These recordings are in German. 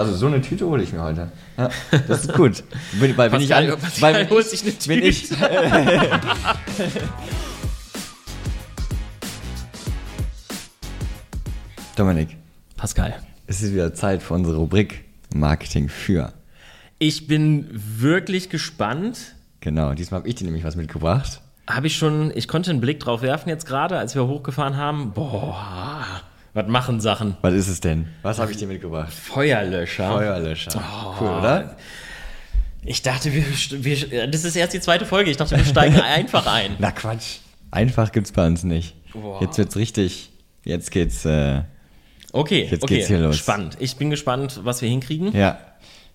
Also so eine Tüte hole ich mir heute. Ja, das ist gut. Bin, weil, wenn ich, Pascal- an, Pascal weil wenn holt ich, sich eine wenn ich Dominik, Pascal. es ist wieder Zeit für unsere Rubrik Marketing für. Ich bin wirklich gespannt. Genau, diesmal habe ich dir nämlich was mitgebracht. Habe ich schon, ich konnte einen Blick drauf werfen jetzt gerade, als wir hochgefahren haben. Boah, was machen Sachen? Was ist es denn? Was habe ich dir mitgebracht? Feuerlöscher. Feuerlöscher. Oh. Cool, oder? Ich dachte, wir, wir, das ist erst die zweite Folge. Ich dachte, wir steigen einfach ein. Na Quatsch. Einfach gibt's bei uns nicht. Boah. Jetzt wird's richtig. Jetzt geht's. Äh, Okay, Jetzt okay. geht's hier los. Spannend. Ich bin gespannt, was wir hinkriegen. Ja.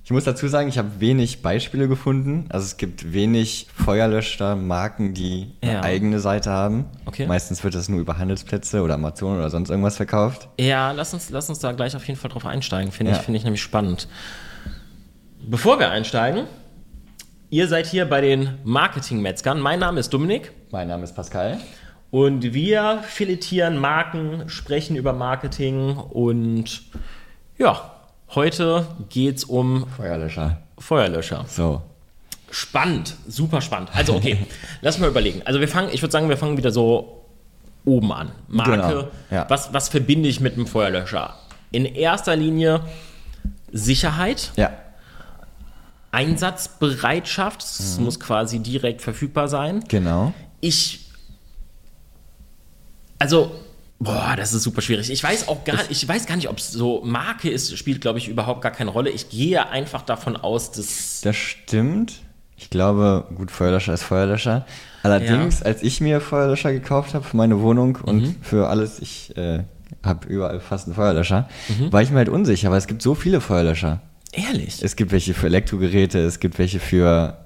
Ich muss dazu sagen, ich habe wenig Beispiele gefunden. Also es gibt wenig Feuerlöscher-Marken, die eine Ja. eigene Seite haben. Okay. Meistens wird das nur über Handelsplätze oder Amazon oder sonst irgendwas verkauft. Ja, lass uns, lass uns da gleich auf jeden Fall drauf einsteigen. Finde Ja. ich, finde ich nämlich spannend. Bevor wir einsteigen, ihr seid hier bei den Marketing-Metzgern. Mein Name ist Dominik Mein Name ist Pascal. und wir filetieren Marken, sprechen über Marketing und ja, heute geht's um Feuerlöscher. Feuerlöscher. So. Spannend, super spannend. Also okay, lass mal überlegen. Also wir fangen, ich würde sagen, wir fangen wieder so oben an. Marke, Genau, ja. was, was verbinde ich mit einem Feuerlöscher? In erster Linie Sicherheit, Ja. Einsatzbereitschaft, es Mhm. muss quasi direkt verfügbar sein. Genau. Ich, also, boah, das ist super schwierig. Ich weiß auch gar, ich weiß gar nicht, ob es so Marke ist, spielt, glaube ich, überhaupt gar keine Rolle. Ich gehe einfach davon aus, dass, Das stimmt. Ich glaube, gut, Feuerlöscher ist Feuerlöscher. Allerdings, als ich mir Feuerlöscher gekauft habe für meine Wohnung Mhm. und für alles, ich äh, habe überall fast einen Feuerlöscher, Mhm. war ich mir halt unsicher, weil es gibt so viele Feuerlöscher. ehrlich, Es gibt welche für Elektrogeräte, es gibt welche für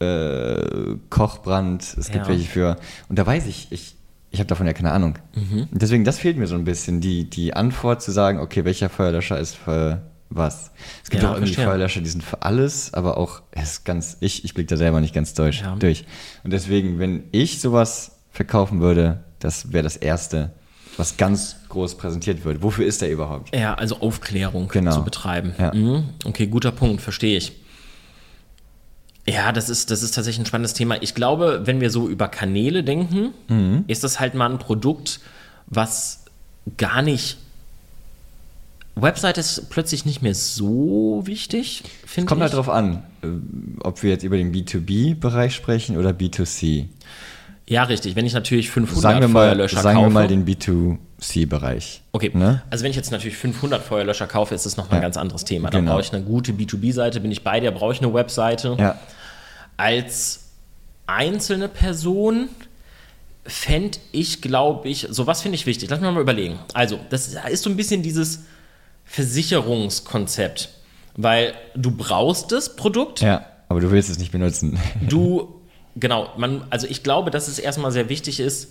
äh, Kochbrand, es gibt Ja. welche für. Und da weiß ich, ich, ich habe davon ja keine Ahnung. Mhm. Und Deswegen, das fehlt mir so ein bisschen, die, die Antwort zu sagen, okay, welcher Feuerlöscher ist für was. Es gibt Ja, auch irgendwie verstehe. Feuerlöscher, die sind für alles, aber auch, es ist ganz, ich, ich blicke da selber nicht ganz durch, Ja. durch. Und deswegen, wenn ich sowas verkaufen würde, das wäre das Erste, was ganz groß präsentiert wird. Wofür ist der überhaupt? Ja, also Aufklärung Genau. zu betreiben. Ja. Mhm. Okay, guter Punkt, verstehe ich. Ja, das ist, das ist tatsächlich ein spannendes Thema. Ich glaube, wenn wir so über Kanäle denken, Mhm. ist das halt mal ein Produkt, was gar nicht. Website ist plötzlich nicht mehr so wichtig, finde ich. Kommt halt drauf an, äh, ob wir jetzt über den B2B-Bereich sprechen oder B2C. Ja, richtig. Wenn ich natürlich 500 Sagen wir mal, Feuerlöscher sagen wir kaufe. mal den B2C-Bereich. Okay, Ne? also wenn ich jetzt natürlich 500 Feuerlöscher kaufe, ist das nochmal Ja. ein ganz anderes Thema. Da Genau. brauche ich eine gute B2B-Seite, bin ich bei dir, brauche ich eine Webseite. Ja, als einzelne Person fände ich, glaube ich, sowas finde ich wichtig. Lass mich mal überlegen. Also, das ist so ein bisschen dieses Versicherungskonzept, weil du brauchst das Produkt, ja. Aber du willst es nicht benutzen. du, genau, man, also ich glaube, dass es erstmal sehr wichtig ist,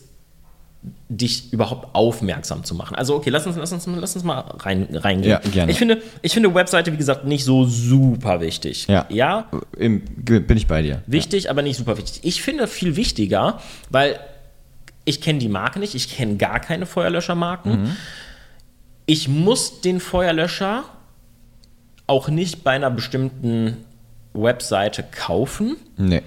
dich überhaupt aufmerksam zu machen. Also okay, lass uns, lass uns, lass uns mal rein, reingehen. Ja, gerne. Ich finde, ich finde Webseite, wie gesagt, nicht so super wichtig. Ja. ja Im, bin ich bei dir. Wichtig, aber nicht super wichtig. Ich finde viel wichtiger, weil ich kenne die Marke nicht, ich kenne gar keine Feuerlöschermarken. Mhm. Ich muss den Feuerlöscher auch nicht bei einer bestimmten Webseite kaufen. Nee.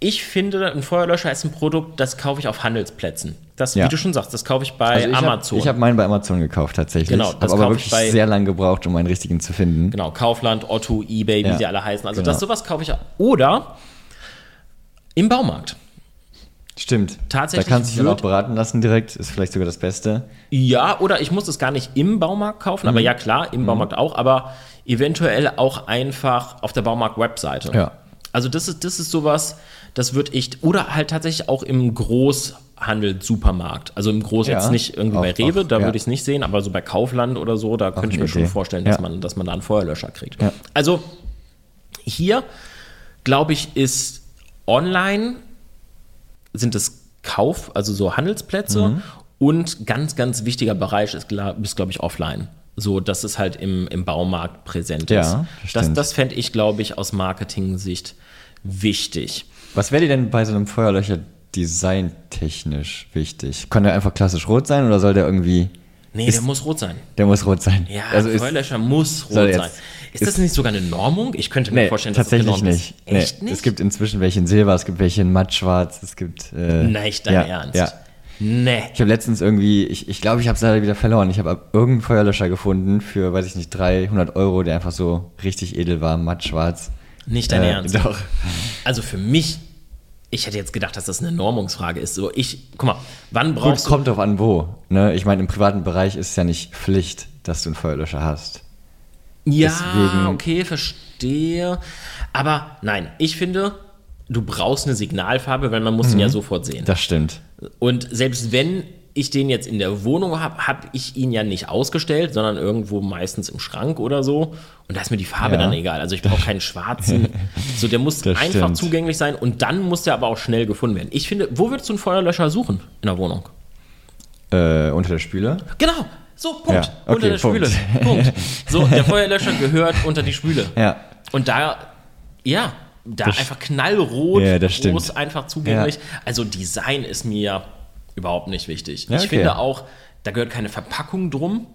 Ich finde, ein Feuerlöscher ist ein Produkt, das kaufe ich auf Handelsplätzen. Das, Ja. wie du schon sagst, das kaufe ich bei Also ich Amazon. Hab, ich habe meinen bei Amazon gekauft tatsächlich. Genau, Hab das aber kauf ich wirklich bei- sehr lange gebraucht, um meinen richtigen zu finden. Genau, Kaufland, Otto, Ebay, wie Ja, sie alle heißen. Also genau. das sowas kaufe ich. auch. Oder im Baumarkt. Stimmt. Tatsächlich Da kannst du dich dann wird- auch beraten lassen direkt. Ist vielleicht sogar das Beste. Ja, oder ich muss es gar nicht im Baumarkt kaufen, Mhm. aber ja klar, im Baumarkt auch, aber eventuell auch einfach auf der Baumarkt-Webseite. Ja. Also das ist, das ist sowas, das würde ich, oder halt tatsächlich auch im Großhandel, Supermarkt. Also im Groß Ja. jetzt nicht irgendwie bei Auch- Rewe, auch, da ja. würde ich es nicht sehen, aber so bei Kaufland oder so, da könnte ich eine mir schon Idee. vorstellen, dass, Ja. man, dass man da einen Feuerlöscher kriegt. Ja. Also hier, glaube ich, ist online sind es Kauf, also so Handelsplätze Mhm. und ganz, ganz wichtiger Bereich ist, gla- ist glaube ich, offline. So, dass es halt im, im Baumarkt präsent Ja, ist. das Das, stimmt. das fände ich, glaube ich, aus Marketing-Sicht wichtig. Was wäre dir denn bei so einem Feuerlöcher designtechnisch wichtig? Kann der einfach klassisch rot sein oder soll der irgendwie. Nee, der muss rot sein. Der muss rot sein. Ja, also ein ist, Feuerlöscher muss rot soll jetzt sein. Ist, das nicht sogar eine Normung? Ich könnte mir Nee, vorstellen, dass tatsächlich das genormt nicht. ist. Echt nee. nicht? Es gibt inzwischen welche in Silber, es gibt welche in Mattschwarz, es gibt. Äh, Nein, ich dein ja, Ernst. Ja. Nee. Ich habe letztens irgendwie, ich glaube, ich, glaube, ich habe es leider wieder verloren. Ich habe irgendeinen Feuerlöscher gefunden für, weiß ich nicht, 300 Euro, der einfach so richtig edel war, mattschwarz. Nicht dein Äh, Ernst. Doch. Also für mich, ich hätte jetzt gedacht, dass das eine Normungsfrage ist. So, ich, guck mal, wann Gut, es brauchst du. kommt drauf an, wo. Ne? Ich meine, im privaten Bereich ist es ja nicht Pflicht, dass du einen Feuerlöscher hast. Ja, deswegen- okay, verstehe. Aber nein, ich finde, du brauchst eine Signalfarbe, weil man muss Mhm. ihn ja sofort sehen. Das stimmt. Und selbst wenn ich den jetzt in der Wohnung habe, habe ich ihn ja nicht ausgestellt, sondern irgendwo meistens im Schrank oder so. Und da ist mir die Farbe Ja. dann egal. Also ich brauche keinen schwarzen. So, der muss Das einfach stimmt. zugänglich sein und dann muss der aber auch schnell gefunden werden. Ich finde, wo würdest du einen Feuerlöscher suchen in der Wohnung? Äh, unter der Spüle? Genau. So, Punkt. Ja, okay, unter der Punkt. Spüle. Punkt. So, der Feuerlöscher gehört unter die Spüle. Ja. Und da, ja, da einfach knallrot, Ja, das stimmt. groß, einfach zugänglich. Also Design ist mir überhaupt nicht wichtig. Ja, Ich okay. Mhm. finde auch, da gehört keine Verpackung drum.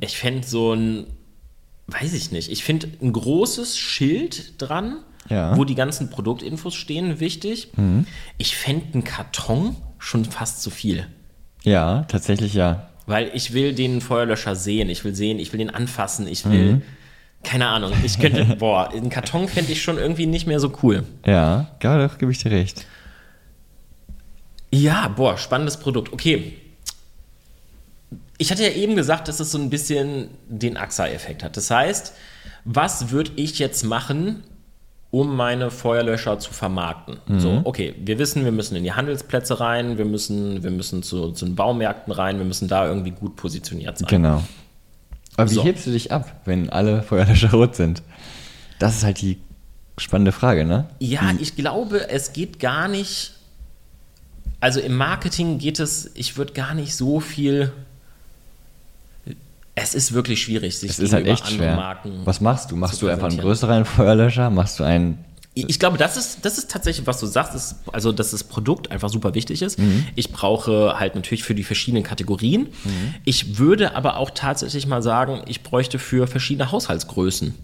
Ich fände so ein, weiß ich nicht, ich finde ein großes Schild dran, Ja. Mhm. wo die ganzen Produktinfos stehen, wichtig. Ich fände einen Karton schon fast zu viel. Ja, tatsächlich ja. Weil ich will den Feuerlöscher sehen, ich will sehen, ich will den anfassen, ich will. Keine Ahnung, ich könnte. boah, einen Karton fände ich schon irgendwie nicht mehr so cool. Ja, ja doch, gebe ich dir recht. Ja, boah, spannendes Produkt. Okay. Ich hatte ja eben gesagt, dass es so ein bisschen den AXA-Effekt hat. Das heißt, was würde ich jetzt machen, um meine Feuerlöscher zu vermarkten? So, okay, wir wissen, wir müssen in die Handelsplätze rein, wir müssen, wir müssen zu, zu den Baumärkten rein, wir müssen da irgendwie gut positioniert sein. Genau. Aber wie So. hebst du dich ab, wenn alle Feuerlöscher rot sind? Das ist halt die spannende Frage, ne? Ja, ich glaube, es geht gar nicht. Also im Marketing geht es, ich würde gar nicht so viel. Es ist wirklich schwierig, sich Es ist halt echt schwer. Marken. Was machst du? Machst du zu einfach einen größeren präsentieren. Feuerlöscher? Machst du einen. Ich ich glaube, das ist, das ist tatsächlich, was du sagst, ist, also dass das Produkt einfach super wichtig ist. Mhm. Ich brauche halt natürlich für die verschiedenen Kategorien. Mhm. Ich würde aber auch tatsächlich mal sagen, ich bräuchte für verschiedene Haushaltsgrößen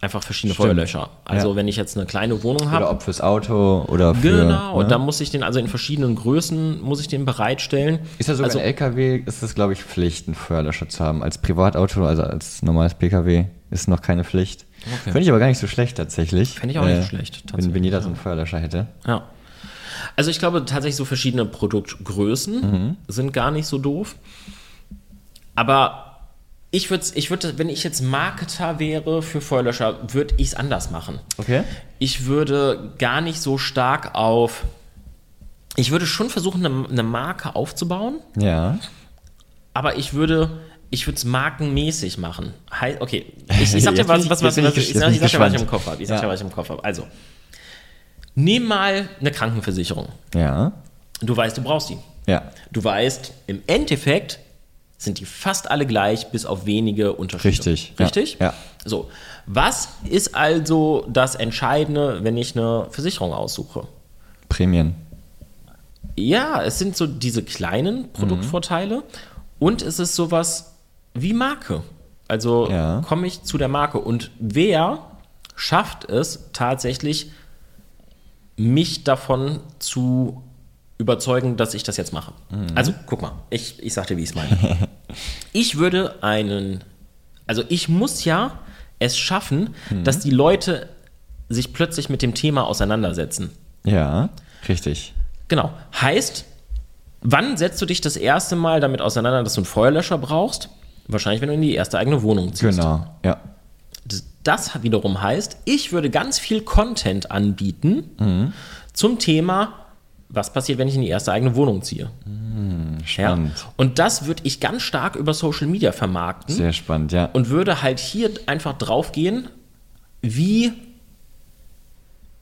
einfach verschiedene Stimmt. Feuerlöscher. Also Ja. wenn ich jetzt eine kleine Wohnung habe. Oder ob fürs Auto oder für. Genau, ne? da muss ich den also in verschiedenen Größen muss ich den bereitstellen. Ist ja sogar also, ein LKW, ist es, glaube ich, Pflicht, einen Feuerlöscher zu haben. Als Privatauto, also als normales PKW, ist noch keine Pflicht. Finde ich aber gar nicht so schlecht tatsächlich. Äh, Fände ich auch nicht so schlecht, Wenn, tatsächlich, wenn jeder so einen Feuerlöscher hätte. ja. Also ich glaube tatsächlich so verschiedene Produktgrößen Mhm. sind gar nicht so doof. Aber ich würde ich würde wenn ich jetzt Marketer wäre für Feuerlöscher, würde ich es anders machen. Okay. ich würde gar nicht so stark auf ich würde schon versuchen eine, eine Marke aufzubauen, Ja. aber ich würde ich würde es markenmäßig machen. Hei- Okay, ich, ich sag Jetzt dir bin was, ich- was, jetzt was, bin ich was, ich, ges- jetzt bin sag, ich ich sag dir, was ich gespannt. im Kopf habe. Ich sag Ja. dir, was ich im Kopf habe. Also, nimm mal eine Krankenversicherung. Ja. Du weißt, du brauchst die. Ja. Du weißt, im Endeffekt sind die fast alle gleich, bis auf wenige Unterschiede. Richtig, ja, Richtig? ja. So. Was ist also das Entscheidende, wenn ich eine Versicherung aussuche? Prämien. Ja, es sind so diese kleinen Produktvorteile und es ist sowas wie Marke. Also Ja. komme ich zu der Marke und wer schafft es tatsächlich, mich davon zu überzeugen, dass ich das jetzt mache? Also guck mal, ich, ich sag dir, wie ich es meine. ich würde einen, also ich muss ja es schaffen, dass die Leute sich plötzlich mit dem Thema auseinandersetzen. Ja. Richtig. Genau. Heißt, wann setzt du dich das erste Mal damit auseinander, dass du einen Feuerlöscher brauchst? Wahrscheinlich, wenn du in die erste eigene Wohnung ziehst. Genau. Ja. Das- Das wiederum heißt, ich würde ganz viel Content anbieten zum Thema, was passiert, wenn ich in die erste eigene Wohnung ziehe. Ja? Spannend. Und das würde ich ganz stark über Social Media vermarkten Hm? Sehr spannend, ja. und würde halt hier einfach drauf gehen, wie,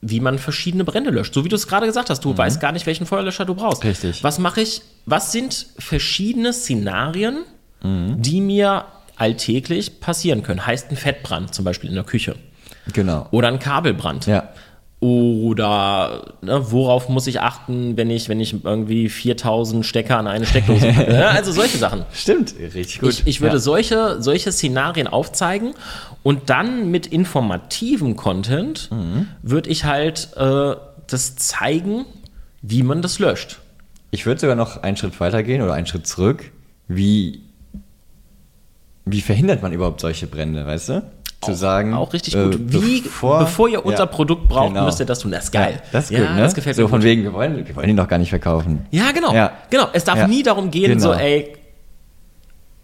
wie man verschiedene Brände löscht. So wie du es gerade gesagt hast, du weißt gar nicht, welchen Feuerlöscher du brauchst. Mhm. Richtig. Was mache ich? Was sind verschiedene Szenarien, Mhm. die mir alltäglich passieren können? Heißt ein Fettbrand zum Beispiel in der Küche genau. oder ein Kabelbrand. Ja. Oder ne, worauf muss ich achten, wenn ich, wenn ich irgendwie 4000 Stecker an eine Steckdose packe? Ne? Also solche Sachen. Stimmt, richtig gut. Ich, ich würde Ja. solche, solche Szenarien aufzeigen und dann mit informativem Content Mhm. würde ich halt äh, das zeigen, wie man das löscht. Ich würde sogar noch einen Schritt weiter gehen oder einen Schritt zurück. Wie, wie verhindert man überhaupt solche Brände, weißt du? Zu sagen. Auch richtig äh, gut. Wie, bevor, ihr unser ja, Produkt braucht, genau. müsst ihr das tun. Das ist Ja, geil. das ist ja, gut, ne? Das gefällt so mir. von Gut. wegen, wir wollen, wir wollen ihn doch gar nicht verkaufen. Ja, genau. Ja. Genau. Es darf Ja. nie darum gehen, Genau. so, ey.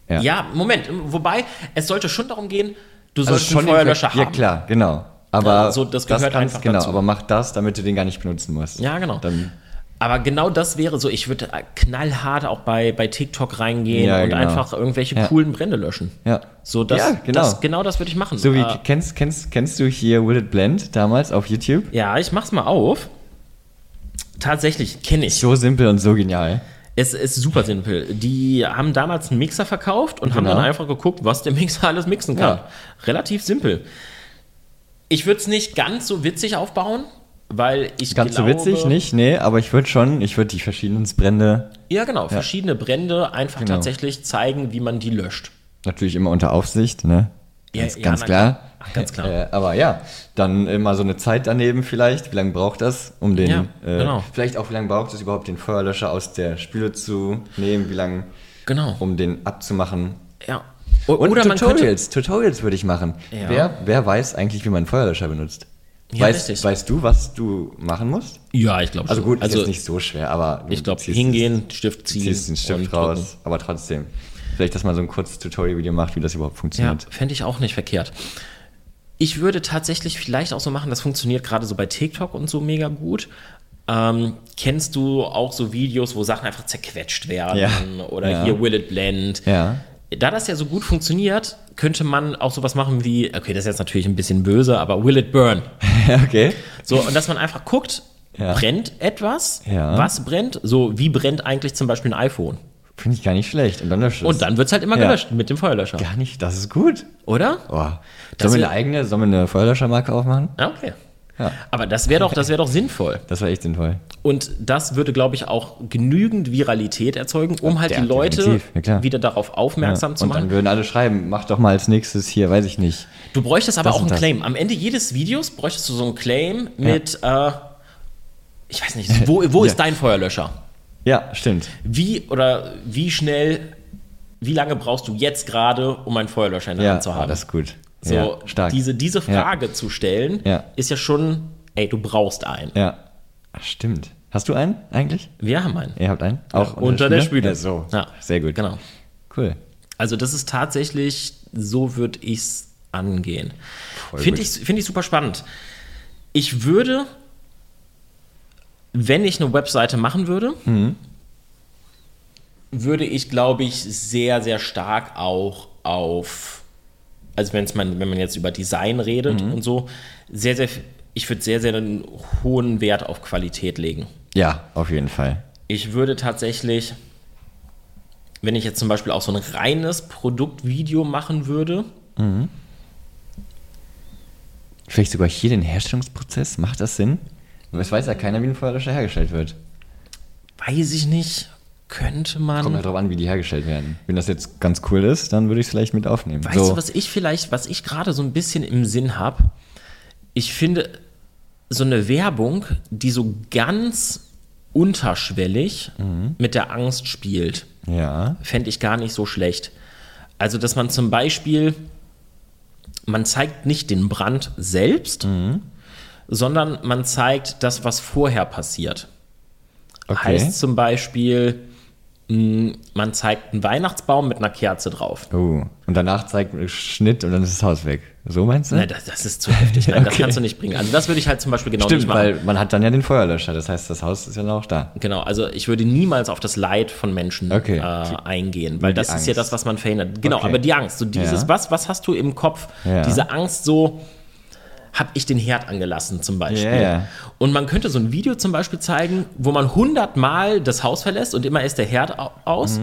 Ja. Ja. Moment. Wobei, es sollte schon darum gehen, du Also solltest einen den Feuerlöscher Ver- haben. Ja, klar, genau. Aber Ja, so, das gehört kannst- einfach genau, dazu. aber mach das, damit du den gar nicht benutzen musst. Ja, genau. Dann, Aber genau das wäre so, ich würde äh, knallhart auch bei, bei TikTok reingehen Ja, und genau. einfach irgendwelche Ja. coolen Brände löschen. ja. So, das, ja, genau. das, genau das würde ich machen. so wie, äh, kennst, kennst, kennst du hier Will It Blend damals auf YouTube? ja, ich mach's mal auf. Tatsächlich, kenne ich. So simpel und so genial. Es ist super simpel. Die haben damals einen Mixer verkauft und haben Genau. dann einfach geguckt, was der Mixer alles mixen kann. Ja. Relativ simpel. Ich würde es nicht ganz so witzig aufbauen, weil ich Ganz glaube, so witzig, nicht? Nee, aber ich würde schon, ich würde die verschiedenen Brände Ja, genau. Verschiedene Brände einfach Genau. tatsächlich zeigen, wie man die löscht. natürlich immer unter Aufsicht, ne? Ja, Ganz, ja, ganz na klar. klar. Ach, ganz klar. Äh, aber ja, dann immer so eine Zeit daneben vielleicht. Wie lange braucht das, um den, Ja, äh, genau. vielleicht auch wie lange braucht es überhaupt, den Feuerlöscher aus der Spüle zu nehmen? Wie lange, Genau. um den abzumachen? Ja. O- Und Oder man könnte. Tutorials, Tutorials würde ich machen. Ja. Wer, wer weiß eigentlich, wie man einen Feuerlöscher benutzt? Ja, weißt, richtig. weißt du, was du machen musst? Ja, ich glaube Also schon. gut, ist also, jetzt nicht so schwer, aber du ich glaube, ziehst- hingehen, Stift ziehen. ziehst den und Stift drücken. raus, aber trotzdem. Vielleicht, dass man so ein kurzes Tutorial-Video macht, wie das überhaupt Ja, funktioniert. fände ich auch nicht verkehrt. Ich würde tatsächlich vielleicht auch so machen, das funktioniert gerade so bei TikTok und so mega gut. Ähm, kennst du auch so Videos, wo Sachen einfach zerquetscht werden Ja. oder Ja. hier Will It Blend? Ja. Da das ja so gut funktioniert, könnte man auch sowas machen wie, okay, das ist jetzt natürlich ein bisschen böse, aber Will It Burn? Ja, okay. So, und dass man einfach guckt, Ja. brennt etwas? Ja. Was brennt? So, wie brennt eigentlich zum Beispiel ein iPhone? Finde ich gar nicht schlecht. Und dann löscht es. Und dann wird es halt immer Ja. gelöscht mit dem Feuerlöscher, Gar nicht, das ist gut. oder? Oh. Das Sollen wir eine wär- eigene, sollen wir eine Feuerlöschermarke aufmachen? Ja, okay. Ja. Aber das wäre doch, das wäre doch sinnvoll. Das war echt sinnvoll. Und das würde, glaube ich, auch genügend Viralität erzeugen, um halt der- die Leute definitiv, ja klar. wieder darauf Ja. aufmerksam zu Und dann machen. würden alle schreiben, mach doch mal als nächstes hier, weiß ich nicht. Du bräuchtest aber Das auch und einen das. Claim. Am Ende jedes Videos bräuchtest du so einen Claim mit, äh, ich weiß nicht, wo, wo ist Ja. dein Feuerlöscher? Ja, stimmt. Wie oder wie schnell, wie lange brauchst du jetzt gerade, um einen Feuerlöscher in der Ja, Hand zu haben? das ist gut. so, ja, stark. Diese, diese Frage zu stellen, Ja. ist ja schon, ey, du brauchst einen. Ja. Ach, stimmt. Hast du einen eigentlich? Wir haben einen. Ihr habt einen? Auch unter der Spüle. Ja, so. Ja. Sehr gut. Genau. Cool. Also das ist tatsächlich, so würde ich es angehen. gut. Finde ich, find ich super spannend. Ich würde, wenn ich eine Webseite machen würde, Mhm. würde ich, glaube ich, sehr, sehr stark auch auf, also wenn's man, wenn man jetzt über Design redet Mhm. und so, sehr, sehr, ich würde sehr, sehr einen hohen Wert auf Qualität legen. Ja, auf jeden Fall. Ich würde tatsächlich, wenn ich jetzt zum Beispiel auch so ein reines Produktvideo machen würde, Vielleicht sogar hier den Herstellungsprozess. Macht das Sinn? Es weiß ja keiner, wie ein Feuerlöscher hergestellt wird. weiß ich nicht, könnte man. Kommt halt drauf an, wie die hergestellt werden. Wenn das jetzt ganz cool ist, dann würde ich es vielleicht mit aufnehmen. weißt du, was ich vielleicht, was ich gerade so ein bisschen im Sinn habe? Ich finde so eine Werbung, die so ganz unterschwellig mit der Angst spielt. Ja. fände ich gar nicht so schlecht. Also, dass man zum Beispiel, man zeigt nicht den Brand selbst, sondern man zeigt das, was vorher passiert. Okay. Heißt zum Beispiel, mh, man zeigt einen Weihnachtsbaum mit einer Kerze drauf. oh. Und danach zeigt ein Schnitt und dann ist das Haus weg. So meinst du? Nein, das, das ist zu heftig. Nein, Das ne? Okay. kannst du nicht bringen. Also, das würde ich halt zum Beispiel genau Stimmt, nicht machen. weil man hat dann ja den Feuerlöscher. Das heißt, das Haus ist ja noch da. Genau, also ich würde niemals auf das Leid von Menschen Okay. äh, eingehen, weil die das ist ja Angst. das, was man verhindert. Genau, Okay. aber die Angst, so dieses, Ja. was, was hast du im Kopf? Ja. Diese Angst so, habe ich den Herd angelassen zum Beispiel. Ja, ja. Und man könnte so ein Video zum Beispiel zeigen, wo man Mhm. hundertmal das Haus verlässt und immer ist der Herd au- aus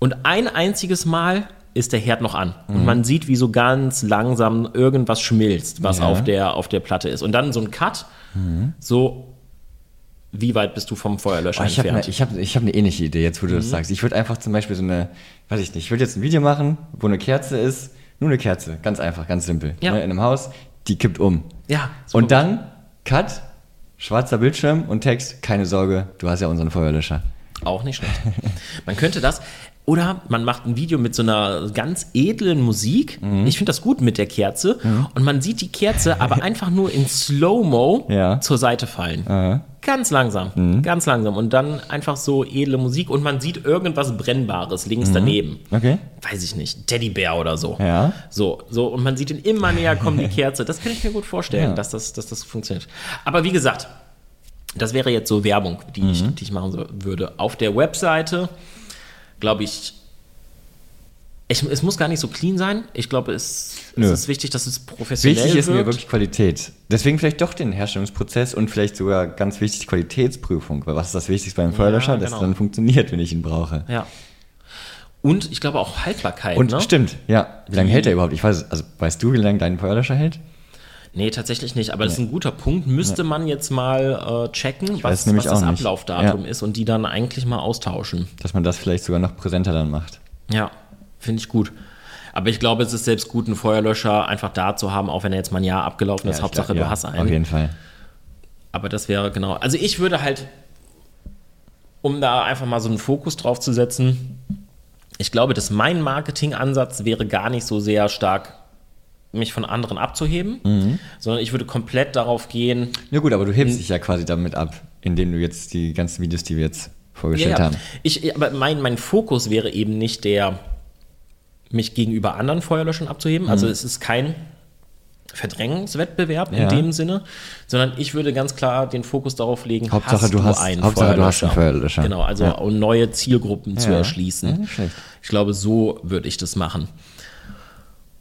und ein einziges Mal ist der Herd noch an. Mhm. Und man sieht, wie so ganz langsam irgendwas schmilzt, was Ja. auf, der, auf der Platte ist. Und dann so ein Cut, so wie weit bist du vom Feuerlöscher Oh, ich habe eine entfernt? Mhm. hab, ich hab ne ähnliche Idee, jetzt wo du das sagst. Ich würde einfach zum Beispiel so eine, weiß ich nicht, ich würde jetzt ein Video machen, wo eine Kerze ist, nur eine Kerze, ganz einfach, ganz simpel. Ja. Ne, in einem Haus, die kippt um. ja, und dann Cut, schwarzer Bildschirm und Text, keine Sorge, du hast ja unseren Feuerlöscher. Auch nicht schlecht. Man könnte das. Oder man macht ein Video mit so einer ganz edlen Musik. Mhm. Ich finde das gut mit der Kerze. Und man sieht die Kerze aber einfach nur in Slow-Mo Ja. Mhm. zur Seite fallen. Ganz langsam. Ganz langsam. Und dann einfach so edle Musik. Und man sieht irgendwas Brennbares links Mhm. daneben. Okay. Weiß ich nicht. Teddybär oder so. Ja. So, so. Und man sieht ihn immer näher kommen, die Kerze. Das kann ich mir gut vorstellen, Ja. dass, das, dass das funktioniert. Aber wie gesagt, das wäre jetzt so Werbung, die, ich, Mhm. die ich machen so- würde. Auf der Webseite, glaube ich, ich, es muss gar nicht so clean sein. Ich glaube, es, es Nö. ist wichtig, dass es professionell Wichtig ist mir wirkt. wirklich Qualität. Deswegen vielleicht doch den Herstellungsprozess und vielleicht sogar ganz wichtig Qualitätsprüfung. Weil was ist das Wichtigste beim Feuerlöscher? Dass genau. es dann funktioniert, wenn ich ihn brauche. Ja. Und ich glaube auch Haltbarkeit. Und ne? stimmt, ja. Wie lange hält er überhaupt? Ich weiß, also weißt du, wie lange dein Feuerlöscher hält? Nee, tatsächlich nicht. Aber das ist ein guter Punkt. Müsste man jetzt mal äh, checken, was, weiß nämlich was das auch nicht. Ablaufdatum Ja. ist und die dann eigentlich mal austauschen. Dass man das vielleicht sogar noch präsenter dann macht. Ja, finde ich gut. Aber ich glaube, es ist selbst gut, einen Feuerlöscher einfach da zu haben, auch wenn er jetzt mal ein Jahr abgelaufen ist. Ja, ich Hauptsache, glaub, du hast einen. Auf jeden Fall. Aber das wäre genau. Also ich würde halt, um da einfach mal so einen Fokus drauf zu setzen, ich glaube, dass mein Marketingansatz wäre gar nicht so sehr stark, mich von anderen abzuheben, Mhm. sondern ich würde komplett darauf gehen, Na gut, aber du Hm. hebst dich ja quasi damit ab, indem du jetzt die ganzen Videos, die wir jetzt Ja, vorgestellt ja. haben. Ich, aber mein, mein Fokus wäre eben nicht der, mich gegenüber anderen Feuerlöschern abzuheben. Also es ist kein Verdrängungswettbewerb in Mhm. Ja. dem Sinne, sondern ich würde ganz klar den Fokus darauf legen, Hauptsache, du hast- Hauptsache, du hast einen Feuerlöscher. Genau, also Ja. um neue Zielgruppen zu Ja. erschließen. Ja, nicht schlecht. ich glaube, so würde ich das machen.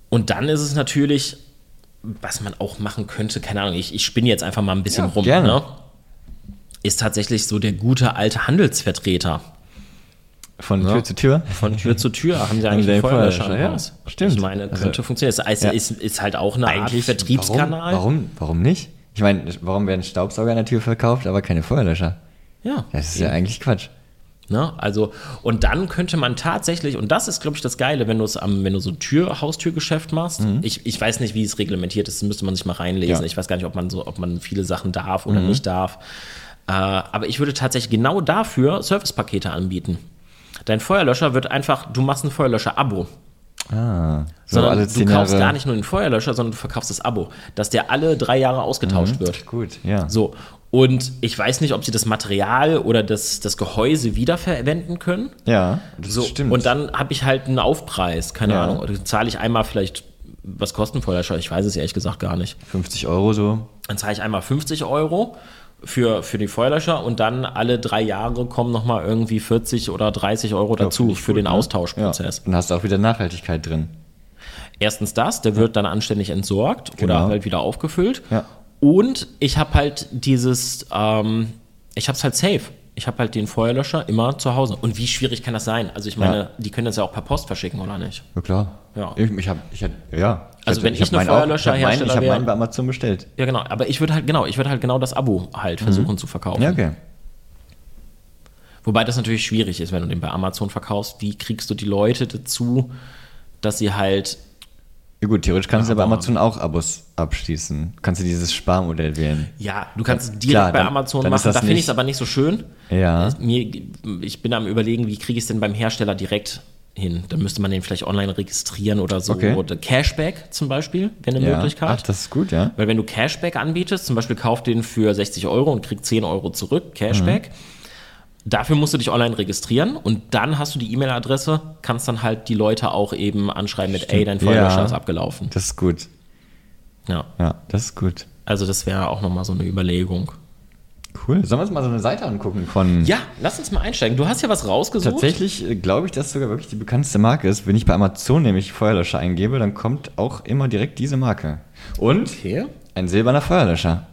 Und dann ist es natürlich, was man auch machen könnte, keine Ahnung, ich, ich spinne jetzt einfach mal ein bisschen Ja, rum, gerne. Ne? ist tatsächlich so der gute alte Handelsvertreter. Von Tür zu Tür. Von Tür zu Tür haben sie eigentlich sie den einen Feuerlöscher Feuerlöscher, im ja. Haus. Stimmt. Ich meine, könnte Also- funktionieren. Das heißt, Ja. ist, ist halt auch eine Art Vertriebskanal. Warum, warum, warum nicht? Ich meine, warum werden Staubsauger an der Tür verkauft, aber keine Feuerlöscher? Ja. Das ist ja eigentlich Quatsch. Ne? Also, und dann könnte man tatsächlich, und das ist, glaube ich, das Geile, wenn du es am, wenn du so Tür, Haustürgeschäft machst. Ich, ich weiß nicht, wie es reglementiert ist, das müsste man sich mal reinlesen. Mhm. Ja. Mhm. Ich weiß gar nicht, ob man so, ob man viele Sachen darf oder nicht darf. Äh, aber ich würde tatsächlich genau dafür Servicepakete anbieten. Dein Feuerlöscher wird einfach, du machst ein Feuerlöscher-Abo. Ah, so sondern alle du zehn kaufst Jahre. gar nicht nur den Feuerlöscher, sondern du verkaufst das Abo, dass der alle drei Jahre ausgetauscht Mhm. wird. Gut, ja. So. Und ich weiß nicht, ob sie das Material oder das, das Gehäuse wiederverwenden können. Ja, das So, stimmt. Und dann habe ich halt einen Aufpreis, keine Ja. Ahnung. Oder zahle ich einmal vielleicht, was kostet ein Feuerlöscher? Ich weiß es ehrlich gesagt gar nicht. 50 Euro so. Dann zahle ich einmal 50 Euro für, für die Feuerlöscher und dann alle drei Jahre kommen nochmal irgendwie 40 oder 30 Euro dazu finde ich für gut, den ne? Austauschprozess. Dann hast du auch wieder Nachhaltigkeit drin. Erstens das, der wird dann anständig entsorgt oder Genau. halt wieder aufgefüllt. Ja. Und ich habe halt dieses, ähm, ich habe es halt safe. Ich habe halt den Feuerlöscher immer zu Hause. Und wie schwierig kann das sein? Also ich meine, Ja. die können das ja auch per Post verschicken, oder nicht? Ja, klar. Ja. Ich, ich hab, ich hab, ja. Also hatte- wenn ich hab eine meinen auch- Ich habe meinen, Feuerlöscherhersteller ich hab wäre- meinen bei Amazon bestellt. Ja, genau. Aber ich würde halt, genau, ich würde halt genau das Abo halt versuchen zu verkaufen. Mhm. Ja, okay. Wobei das natürlich schwierig ist, wenn du den bei Amazon verkaufst. Wie kriegst du die Leute dazu, dass sie halt Ja, gut, theoretisch kannst du ja bei aber- Amazon auch Abos abschließen. Kannst du dieses Sparmodell wählen. Ja, du kannst es direkt Klar, bei dann- Amazon dann ist machen. das Da finde ich nicht- es aber nicht so schön. Ja. Äh, Mir, ich bin am überlegen, wie kriege ich es denn beim Hersteller direkt hin? Dann müsste man den vielleicht online registrieren oder so. Okay. Oder Cashback zum Beispiel wäre eine Ja. Ach, Möglichkeit. das ist gut, ja. Weil wenn du Cashback anbietest, zum Beispiel kauf den für 60 Euro und krieg 10 Euro zurück, Cashback. Mhm. Dafür musst du dich online registrieren und dann hast du die E-Mail-Adresse, kannst dann halt die Leute auch eben anschreiben mit, ey, dein Feuerlöscher Ja. ist abgelaufen. Das ist gut. Ja, Ja, das ist gut. also das wäre auch nochmal so eine Überlegung. Cool. Sollen wir uns mal so eine Seite angucken von. Ja, lass uns mal einsteigen. Du hast ja was rausgesucht. Tatsächlich äh, glaube ich, dass sogar wirklich die bekannteste Marke ist. Wenn ich bei Amazon nämlich Feuerlöscher eingebe, dann kommt auch immer direkt diese Marke. Und Okay. ein silberner Feuerlöscher.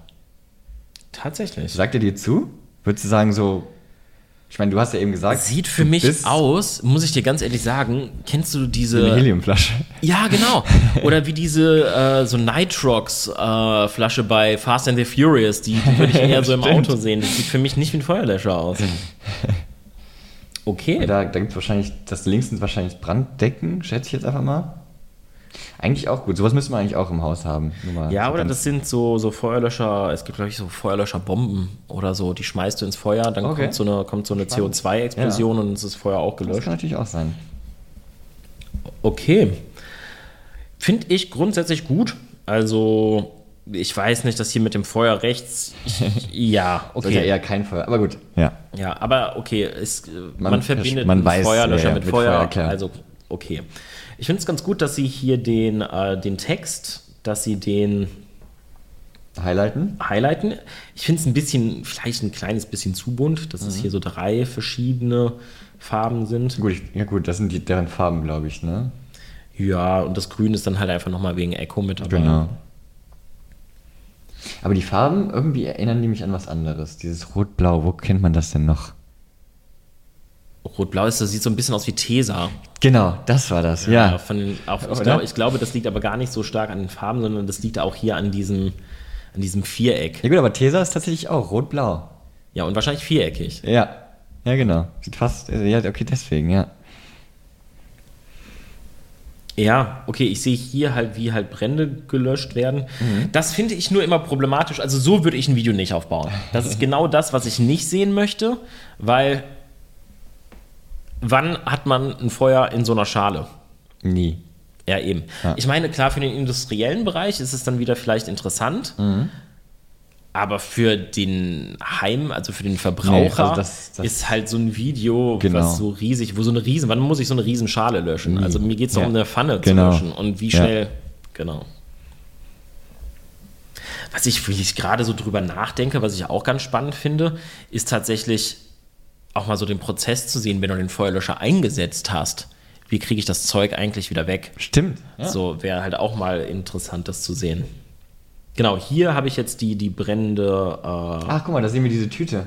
Tatsächlich. Sagt er dir zu? Würdest du sagen so, Ich meine, du hast ja eben gesagt. Sieht für mich aus, äh, muss ich dir ganz ehrlich sagen, kennst du diese. Eine Heliumflasche. Ja, genau. Oder wie diese äh, so Nitrox-Flasche äh, bei Fast and the Furious, die, die würde ich eher so im Auto sehen. Das sieht für mich nicht wie ein Feuerlöscher aus. Okay. Und da da gibt es wahrscheinlich, das links sind wahrscheinlich Branddecken, schätze ich jetzt einfach mal. Eigentlich auch gut. Sowas müssen wir eigentlich auch im Haus haben. ja, oder das sind so, so Feuerlöscher, es gibt, glaube ich, so Feuerlöscherbomben oder so. Die schmeißt du ins Feuer, dann Okay. kommt so eine, kommt so eine Spannend. CO2-Explosion und es ist das Feuer auch Das gelöscht. kann natürlich auch sein. Okay. Finde ich grundsätzlich gut. Also, ich weiß nicht, dass hier mit dem Feuer rechts. ja, Okay. ja okay. eher kein Feuer, aber gut. Ja. Ja, aber okay, es, äh, man, Man- verbindet man einen weiß, Feuerlöscher ja, ja, mit, mit Feuer. Feuer, klar. Also, okay. Ich finde es ganz gut, dass sie hier den, äh, den Text, dass sie den Highlighten? highlighten. Ich finde es ein bisschen, vielleicht ein kleines bisschen zu bunt, dass es Mhm. hier so drei verschiedene Farben sind. Gut, ich, ja gut, das sind die, deren Farben, glaube ich, ne? Ja, und das Grün ist dann halt einfach nochmal wegen Echo mit dabei. Genau. Aber die Farben irgendwie erinnern die mich an was anderes. Dieses Rot-Blau, wo kennt man das denn noch? Rot-Blau ist, das sieht so ein bisschen aus wie Tesa. Genau, das war das, ja. Äh, Von den, auf, ich, Oder? glaub, ich glaube, das liegt aber gar nicht so stark an den Farben, sondern das liegt auch hier an diesem, an diesem Viereck. Ja gut, aber Tesa ist tatsächlich auch rot-blau. Ja, und wahrscheinlich viereckig. Ja. Ja, genau. Sieht fast, also, ja, okay, deswegen, ja. Ja, okay, ich sehe hier halt, wie halt Brände gelöscht werden. Mhm. Das finde ich nur immer problematisch. Also so würde ich ein Video nicht aufbauen. Das ist genau das, was ich nicht sehen möchte, weil wann hat man ein Feuer in so einer Schale? Nie. Ja, eben. Ja. Ich meine, klar, für den industriellen Bereich ist es dann wieder vielleicht interessant. Mhm. Aber für den Heim, also für den Verbraucher, Nee, also das- das- ist halt so ein Video, Genau. was so riesig, wo so eine Riesen, wann muss ich so eine Riesenschale löschen? Also mir geht es doch Ja. um eine Pfanne Genau. zu löschen und wie Ja. schnell, genau. Was ich, wie ich gerade so drüber nachdenke, was ich auch ganz spannend finde, ist tatsächlich auch mal so den Prozess zu sehen, wenn du den Feuerlöscher eingesetzt hast. Wie kriege ich das Zeug eigentlich wieder weg? Stimmt. Ja. So wäre halt auch mal interessant, das zu sehen. Genau, hier habe ich jetzt die, die brennende. Äh, Ach, guck mal, da sehen wir diese Tüte.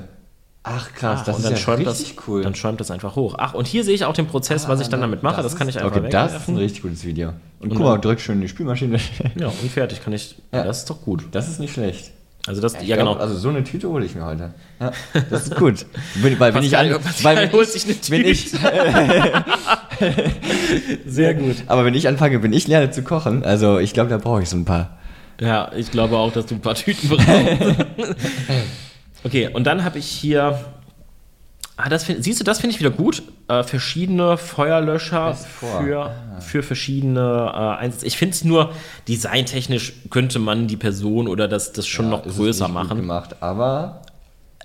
Ach, krass, das Ah, und ist dann ja schäumt richtig das, cool. Dann schäumt das einfach hoch. Ach, und hier sehe ich auch den Prozess, was ich dann damit mache. Das, kann ich einfach Okay, das ist ein wegwerfen. richtig gutes Video. Und, Und guck mal, direkt schön in die Spülmaschine. Ja, und fertig kann ich. Ja. Das ist doch gut. Das ist nicht schlecht. Also das, ja, Ich glaub, genau. Also so eine Tüte hole ich mir heute. Ja, das ist gut. Bin, weil wenn ich Pascal- an, Pascal weil wenn holt sich eine ich, wenn ich, Sehr gut. aber wenn ich anfange, wenn ich lerne zu kochen, also ich glaube, da brauche ich so ein paar. Ja, ich glaube auch, dass du ein paar Tüten brauchst. okay, und dann habe ich hier. Ah, das find, siehst du, das finde ich wieder gut. Äh, verschiedene Feuerlöscher Best for. für, Ah. für verschiedene äh, Einsätze. Ich finde es nur, designtechnisch könnte man die Person oder das, das schon noch Es ist größer nicht gut machen. Gemacht, aber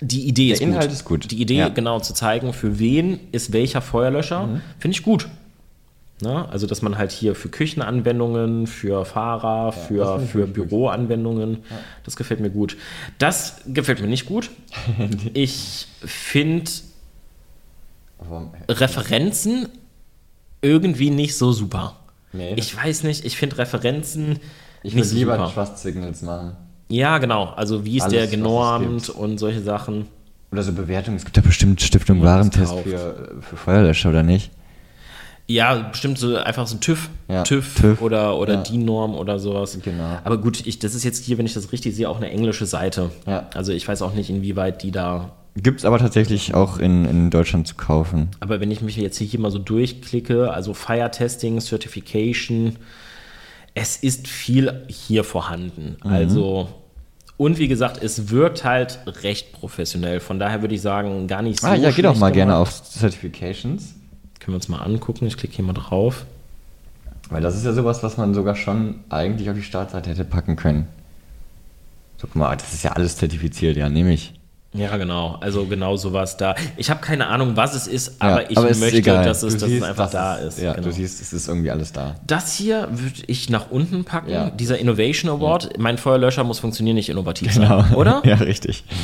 Die Idee ist Inhalt gut. ist gut. Die Idee, Ja. Mhm. genau zu zeigen, für wen ist welcher Feuerlöscher, finde ich gut. Ne? Also, dass man halt hier für Küchenanwendungen, für Fahrer, das für, finde ich für wirklich gut. Büroanwendungen, das gefällt mir gut. Das gefällt mir nicht gut. Ich finde warum- Referenzen irgendwie nicht so super. Nee, das- ich weiß nicht, ich finde Referenzen ich nicht würde so lieber super. Trust Signals machen Ja, genau. Also, wie ist Alles, der was es genormt gibt. und solche Sachen. oder so Bewertungen. Es gibt ja bestimmt Stiftung Warentest kauft. für, für Feuerlöscher oder nicht? Ja, bestimmt so einfach so ein TÜV, Ja, TÜV, TÜV, oder, oder ja. DIN-Norm oder sowas. Genau. Aber gut, ich, das ist jetzt hier, wenn ich das richtig sehe, auch eine englische Seite. Ja. Also ich weiß auch nicht, inwieweit die da. Gibt es aber tatsächlich auch in, in Deutschland zu kaufen. Aber wenn ich mich jetzt hier mal so durchklicke, also Fire Testing, Certification, es ist viel hier vorhanden. Mhm. Also. Und wie gesagt, es wirkt halt recht professionell. Von daher würde ich sagen, gar nicht so. ah ja, geht auch schlecht mal gerne gemacht. auf Certifications, Können wir uns mal angucken. Ich klicke hier mal drauf. weil das ist ja sowas, was man sogar schon eigentlich auf die Startseite hätte packen können. Guck mal, das ist ja alles zertifiziert, ja, nehme ich. Ja, genau. Also genau sowas da. Ich habe keine Ahnung, was es ist, aber Ja, ich ist möchte, egal. dass es, Du dass es siehst, einfach dass da es- ist. Ja, genau. du siehst, es ist irgendwie alles da. Das hier würde ich nach unten packen. Ja. Dieser Innovation Award. Mein Feuerlöscher muss funktionieren, nicht innovativ sein, oder? Genau. Ja, richtig. Mhm.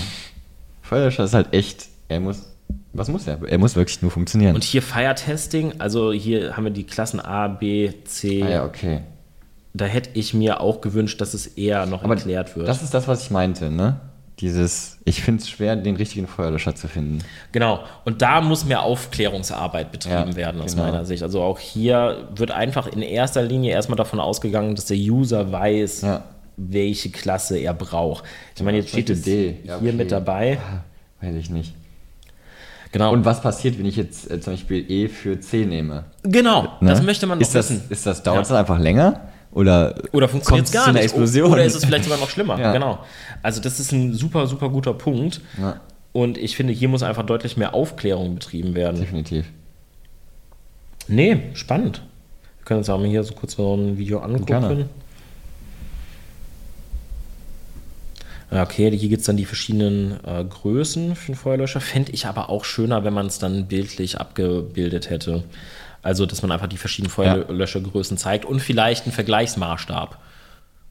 Feuerlöscher ist halt echt, er muss, was muss er? Er muss wirklich nur funktionieren. Und hier Fire Testing. Also hier haben wir die Klassen A, B, C. ah ja, okay. Da hätte ich mir auch gewünscht, dass es eher noch erklärt wird. das ist das, was ich meinte, ne? dieses, ich finde es schwer, den richtigen Feuerlöscher zu finden. Genau. Und da muss mehr Aufklärungsarbeit betrieben Ja, werden, aus genau. meiner Sicht. Also auch hier wird einfach in erster Linie erstmal davon ausgegangen, dass der User weiß, Ja. welche Klasse er braucht. Ich meine, jetzt Zum steht es Beispiel hier D. Ja, okay. mit dabei. Ah, Weiß ich nicht. Genau. Und was passiert, wenn ich jetzt äh, zum Beispiel E für C nehme? genau, Ne? das möchte man doch ist das, wissen. Ist das, dauert es dann einfach länger? Oder, Oder funktioniert kommt's es gar zu einer nicht. Explosion? Oder ist es vielleicht sogar noch schlimmer. Ja. Genau. Also das ist ein super, super guter Punkt. Ja. Und ich finde, hier muss einfach deutlich mehr Aufklärung betrieben werden. Definitiv. Nee, spannend. Wir können uns ja auch mal hier so kurz so ein Video angucken. Gerne. Ja, Okay, hier gibt es dann die verschiedenen äh, Größen für den Feuerlöscher. Fände ich aber auch schöner, wenn man es dann bildlich abgebildet hätte. Also, dass man einfach die verschiedenen Feuerlöschergrößen zeigt und vielleicht einen Vergleichsmaßstab.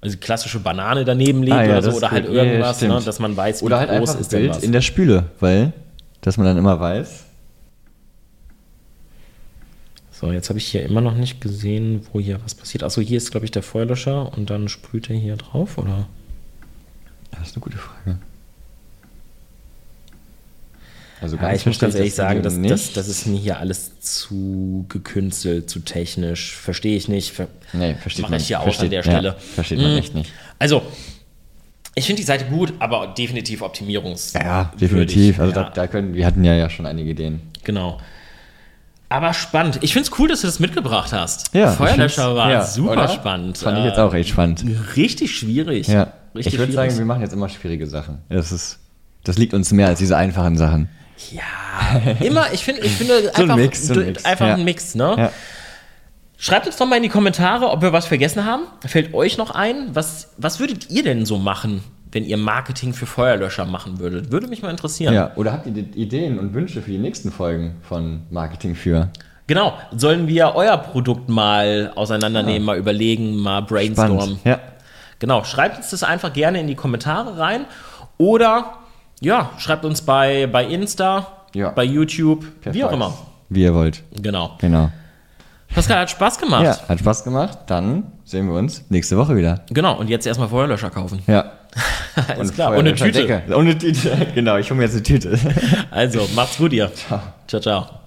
Also die klassische Banane daneben legt Ah, ja, oder so, das ist oder halt gut. Ja, ja, irgendwas, ne, stimmt. dass man weiß, Oder halt einfach ein denn Bild was. in der Spüle, weil, dass man dann immer weiß. So, jetzt habe ich hier immer noch nicht gesehen, wo hier was passiert. Achso, hier ist, glaube ich, der Feuerlöscher und dann sprüht er hier drauf, oder? Das ist eine gute Frage. Also Ja, ich muss verstehe ganz ehrlich das sagen, Video das, nicht. das, das ist mir hier alles zu gekünstelt, zu technisch. Verstehe ich nicht. Ver Nee, versteht Mach man ich hier auch versteht, an der ja, Stelle. versteht man Mm. echt nicht. Also, ich finde die Seite gut, aber definitiv optimierungs. Ja, ja, definitiv. würdig. Also ja, Da, da können, wir hatten ja, ja schon einige Ideen. genau. Aber spannend. Ich finde es cool, dass du das mitgebracht hast. Ja, ich Feuerlöscher find's- war ja, super oder? spannend. Fand ich jetzt Äh, auch echt spannend. Richtig schwierig. Ja. Richtig ich würde sagen, wir machen jetzt immer schwierige Sachen. Das ist, das liegt uns mehr als diese einfachen Sachen. Ja, immer, ich finde, ich finde So ein einfach, Mix, so ein du- Mix, einfach ja. ein Mix, ne? Ja. Schreibt uns doch mal in die Kommentare, ob wir was vergessen haben. Fällt euch noch ein? Was, was würdet ihr denn so machen, wenn ihr Marketing für Feuerlöscher machen würdet? Würde mich mal interessieren. Ja. Oder habt ihr die Ideen und Wünsche für die nächsten Folgen von Marketing für? Genau. Sollen wir euer Produkt mal auseinandernehmen, mal überlegen, mal brainstormen? Ja. Genau, schreibt uns das einfach gerne in die Kommentare rein oder ja, schreibt uns bei, bei Insta, Ja. bei YouTube, Per wie auch Fax. immer. Wie ihr wollt. Genau. Genau. Pascal hat Spaß gemacht. Ja, hat Spaß gemacht. Dann sehen wir uns nächste Woche wieder. Genau, und jetzt erstmal Feuerlöscher kaufen. Ja. Alles klar, und eine Tüte. Ohne Tüte. Genau, ich hole mir jetzt eine Tüte. Also, macht's gut, ihr. Ciao, ciao.